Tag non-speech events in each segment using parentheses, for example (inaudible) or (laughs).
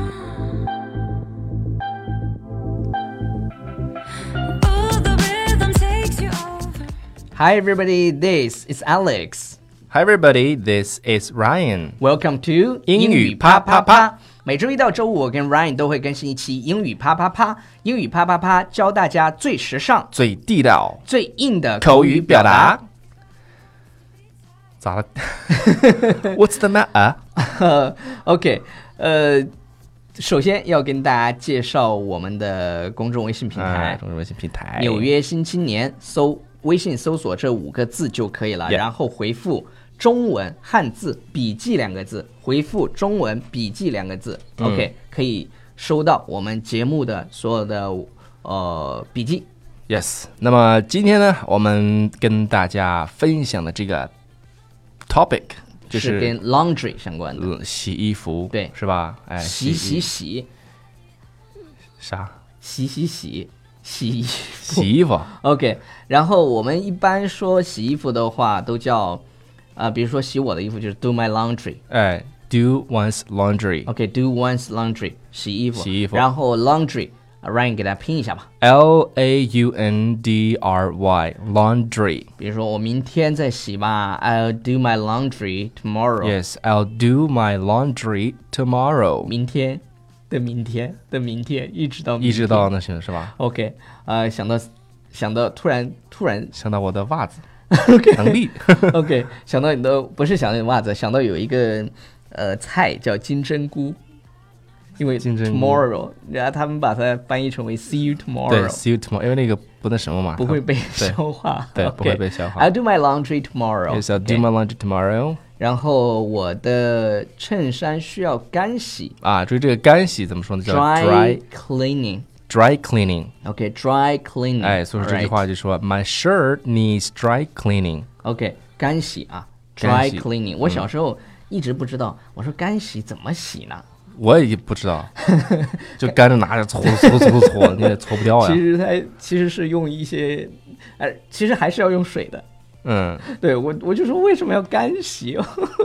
Oh, Hi, everybody. This is Alex. Hi everybody, this is Ryan. Welcome to 英语啪啪啪。每周一到周五，我跟 Ryan 都会更新一期英语啪啪啪。英语啪啪啪，教大家最时尚、最地道最硬的口语语表表达。咋了 (laughs) ？What's the matter？达。OK，呃，首先要跟大家介绍我们的公众微信平台哎，中文微信平台，纽约新青年搜微信搜索这五个字就可以了 Yeah 然后回复中文汉字笔记两个字，回复中文笔记两个字、o 嗯 k 可以收到我们节目的所有的呃笔记。 Yes，那么今天呢，我们跟大家分享的这个 topic 就是是跟 laundry 相关的，呃洗衣服，对是吧？哎，洗洗衣洗啥？洗洗洗洗衣服。洗衣服 (laughs) OK，然后我们一般说洗衣服的话，都叫啊、呃比如说洗我的衣服就是 do my laundry，哎，do one's laundry，L OK，do、one's laundry，洗衣服，洗衣服然后 laundry，Ryan 给它拼一下吧。 A U N D R Y，laundry。比如说我明天再洗吧，I'll do my laundry tomorrow。 Yes, I'll do my laundry tomorrow. 明天的明天的明天，一直到明天一直到那些是吧？ OK，呃，想到想到突然突然 (laughs) 想到我的袜子能 (laughs) 力， OK，想到你的不是想到你的袜子，想到有一个呃菜叫金针菇，因为金针菇 tomorrow，然后他们把它翻译成为 see you 对 tomorrow。 ，see you tomorrow，因为那个不那什么嘛，不会被对消化， (laughs) 对 OK 不会被消化 I'll do my laundry tomorrow. Yes, I'll do OK my laundry tomorrow. 然后我的衬衫需要干洗啊，注意这个干洗怎么说呢？叫 （dry dry cleaning）。 dry cleaning。 OK，dry cleaning。哎，所以说这句话就说 My shirt needs dry cleaning。 alright。OK，干洗啊干，dry 洗嗯 cleaning。我小时候一直不知道，我说干洗怎么洗呢？我也不知 (laughs) 道，就干着拿着搓搓搓搓搓，你也搓不掉其呀。实它其实是用一些，呃，其实还是要用水的。嗯，对我，我就说为什么要干洗？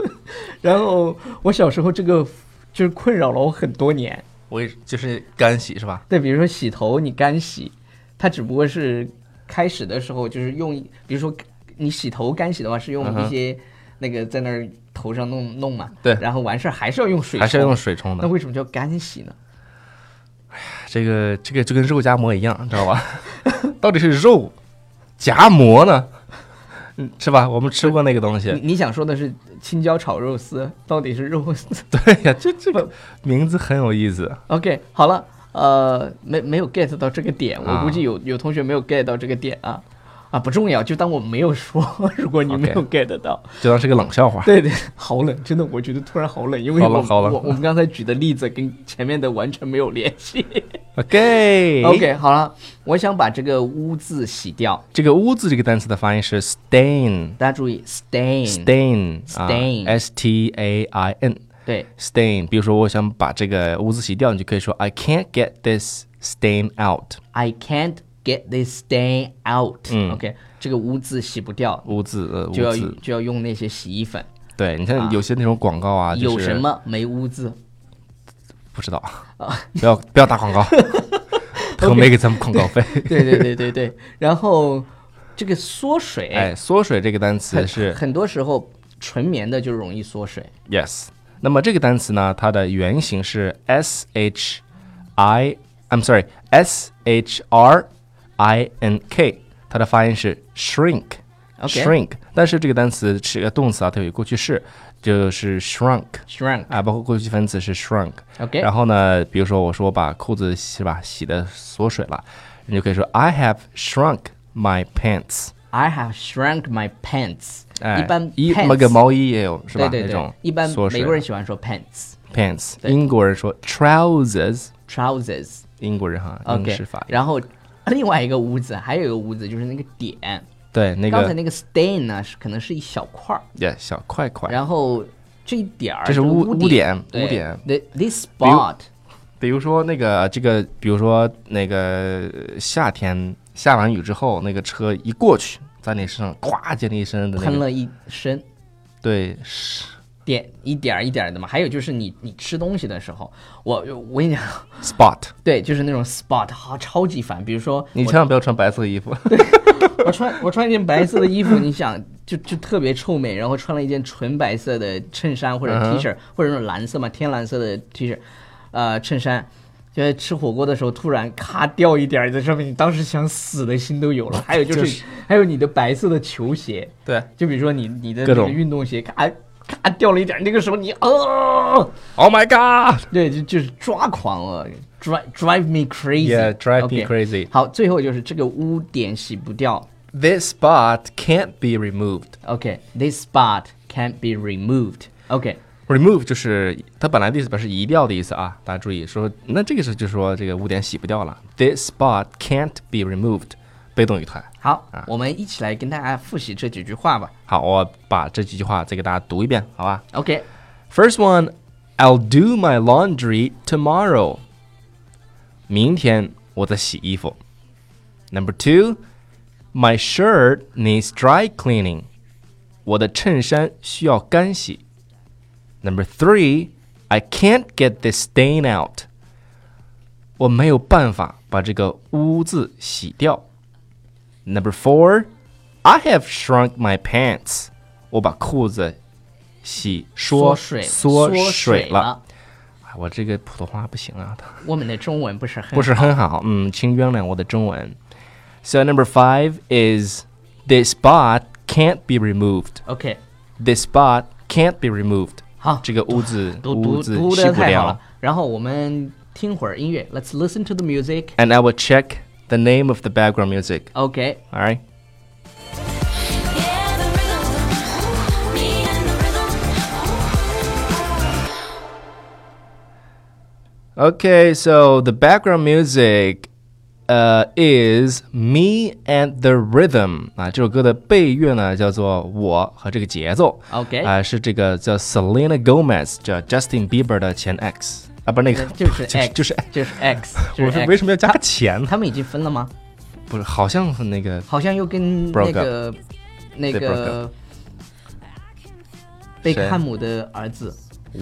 (laughs) 然后我小时候这个就是困扰了我很多年。我也就是干洗是吧？对，比如说洗头，你干洗，它只不过是开始的时候就是用，比如说你洗头干洗的话是用嗯一哼些、那个在那儿头上弄弄嘛，对然后完事儿还是要用水，还是要用。水冲那的。为什么叫干洗呢？这个这个就跟肉夹馍一样，你知道吧？ (laughs) 到底是肉夹馍呢，嗯是吧？我们吃过那个东西。你你想说的是青椒炒肉丝到底是肉丝 (laughs) 对呀，这这个名字很有意思。 ？OK，好了，呃，没没有 get 到这个点，我啊估计有、有同学没有 get 到这个点啊，啊不重要，就当我没有说， (laughs) 如果你没有 get 到。就当是个冷笑话。 (laughs) 对对，好冷，真的，我觉得突然好冷，因为好冷我好冷我我们刚才举的例子跟前面的完全没有联系。 OK OK，好了，我想把这个污渍洗掉。这个“污渍”这个单词的发音是 stain 大家注意，stain，, stain 啊 Stain s t a i n 对 stain。比如说，我想把这个污渍洗掉，你就可以说 I can't get this stain out。 ，I can't get this stain out、嗯 OK，这个污渍洗不掉，污渍呃污就要渍，就要用那些洗衣粉。对你看有些那种广告啊，就是有什么没污渍？不知道，不要不要 (laughs) 打广告，他们没给咱们广告费。对对对对对。然后这个缩水，哎，缩水这个单词很是很多时候纯棉的就容易缩水。 yes，那么这个单词呢，它的原型是 s h i I'm sorry s h r i n k，它的发音是 shrink。 OK shrink，但是这个单词是个动词啊，它有一个过去式，就是 shrunk Shrunk，OK，、啊，包括过去分词是 shrunk。然后呢，比如说我说我把裤子是吧洗的缩水了，你就可以说 I have shrunk my pants。 I have shrunk my pants。哎，一般衣 pants, 那个毛衣也有是吧？对对那对种，一般缩水美国人喜欢说 pants pants，英国人说 trousers， trousers。英国人哈英 OK，式发音。然后另外一个污渍，还有一个污渍就是那个点。对，那刚才个那个 stain 呢，是可能是一小块儿，也小块块。然后这一点儿啊这是就污污污点对污点 The- This spot，比如说那个这个，比如说那个呃夏天下完雨之后，那个车一过去，在你身上咵溅了一身的那喷个，了一身对，是点，一点儿一点儿的嘛。还有就是你你吃东西的时候，我我跟你讲， spot。对，就是那种 spot，好超级烦。比如说你千万不要穿白色衣服，我穿我穿一件白色的衣服，你想就就特别臭美，然后穿了一件纯白色的衬衫嗯或者 T 恤，或者那种蓝色嘛天蓝色的 T 恤，呃衬衫。就在吃火锅的时候，突然咔掉一点儿在上面，你当时想死的心都有了。还有就是，就是还有你的白色的球鞋， (laughs) 对，就比如说你你的那各种个运动鞋，咔咔掉了一点儿，那个时候你啊、 Oh my god! 对，就就是抓狂了，drive drive me crazy。 Yeah, drive me OK crazy. 好，最后就是这个污点洗不掉。 This spot can't be removed. OK，this、spot can't be removed。OK， Remove 就是它本来的意思，表示移掉的意思啊。大家注意说，那这个是就说这个污点洗不掉了。This spot can't be removed，被动语态。好，我们一起来跟大家复习这几句话吧。好，我把这几句话再给大家读一遍，好吧 OK， ？First one, I'll do my laundry tomorrow。明天我在洗衣服。Number two, my shirt needs dry cleaning。我的衬衫需要干洗。Number three, I can't get this stain out。我没有办法把这个污渍洗掉。Number four, I have shrunk my pants。我把裤子洗缩缩水缩缩水水了。哎我这个普通话不行啊，我们的中文不是很 (laughs) 不是 (laughs) 很好，嗯，请原谅我的中文。So number five is this spot can't be removed. OK。 This spot can't be removed. 好，这个污渍读污读渍读洗的不太好掉了。。然后我们听会儿音乐，Let's listen to the music。 And I will check the name of the background music. (laughs) OK， All right. Yeah, the rhythm. Me and the rhythm. Okay, so the background music uh, is Me and the Rhythm 啊，这首歌的配乐呢叫做我和这个节奏。 OK 啊、是这个叫 Selena Gomez，叫 Justin Bieber 的前 X 啊，不是那个，就是 X， (laughs) 就是。就是 (laughs) X，就我是说 X。为什么要加个钱呢？他们已经分了吗？不是，好像是那个好像又跟 Broke 那个那对，broke 个贝克汉姆的儿子，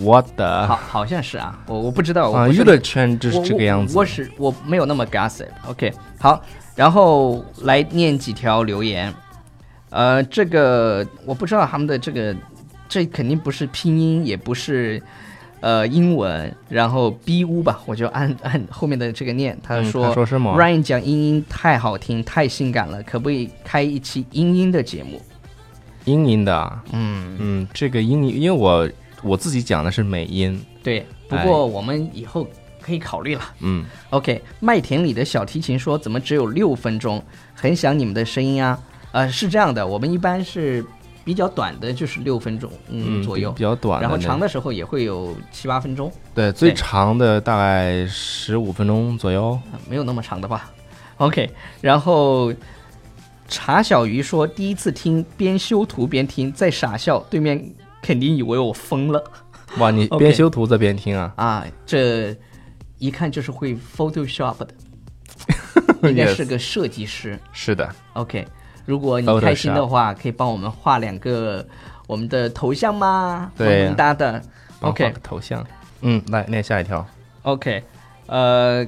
What the 好，好像是啊，我我不知道，我啊，不是娱乐圈就是我这个样子我。我是我没有那么 gossip。OK，好，然后来念几条留言。呃，这个我不知道他们的这个，这肯定不是拼音，也不是呃英文，然后 B 屋吧，我就按按后面的这个念。他嗯说、他说什么 r y a n 讲英音太好听，太性感了，可不可以开一期英音的节目？英音的啊，嗯，嗯，这个英音，因为我我自己讲的是美音，对。不过我们以后可以考虑了。哎嗯， OK，麦田里的小提琴说：“怎么只有六分钟？很想你们的声音啊！”呃，是这样的，我们一般是比较短的，就是六分钟，嗯，嗯左右比比较短的然后那长的时候也会有七八分钟，对，最对长的大概十五分钟左右。啊没有那么长的吧？OK，然后茶小鱼说：“第一次听，边修图边听，在傻笑，对面肯定以为我疯了哇，你 OK 边修图在边听啊？啊！”这一看就是会 Photoshop 的， (laughs) 应该 (laughs) Yes，是个设计师。是的， OK，如果你 Photoshop 开心的话，可以帮我们画两个我们的头像吗？对萌萌哒的。帮我画 OK 个头像。嗯，来念下一条。 OK，呃，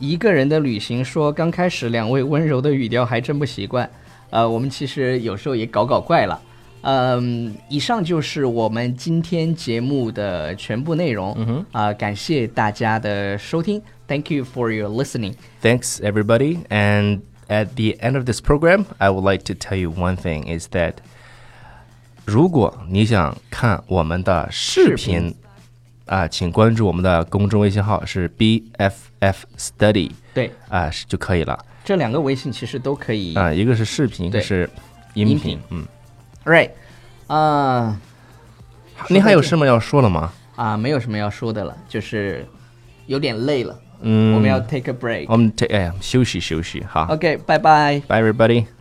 一个人的旅行说，刚开始两位温柔的语调还真不习惯。呃，我们其实有时候也搞搞怪了。嗯，以上就是我们今天节目的全部内容。嗯哼，啊、感谢大家的收听，Thank you for your listening。 Thanks everybody. And at the end of this program, I would like to tell you one thing is that 如果你想看我们的视视频频啊，请关注我们的公众微信号是 BFF Study 对，啊是就可以了这两个微信其实都可以啊，一个是视频，一个对是音音频频。嗯， Right，啊、你还有什么要说的吗？啊，没有什么要说的了，就是有点累了，嗯，哦我们要 take a break。我们 take 哎呀休息休息哈。 OK，拜拜。 Bye everybody. oh,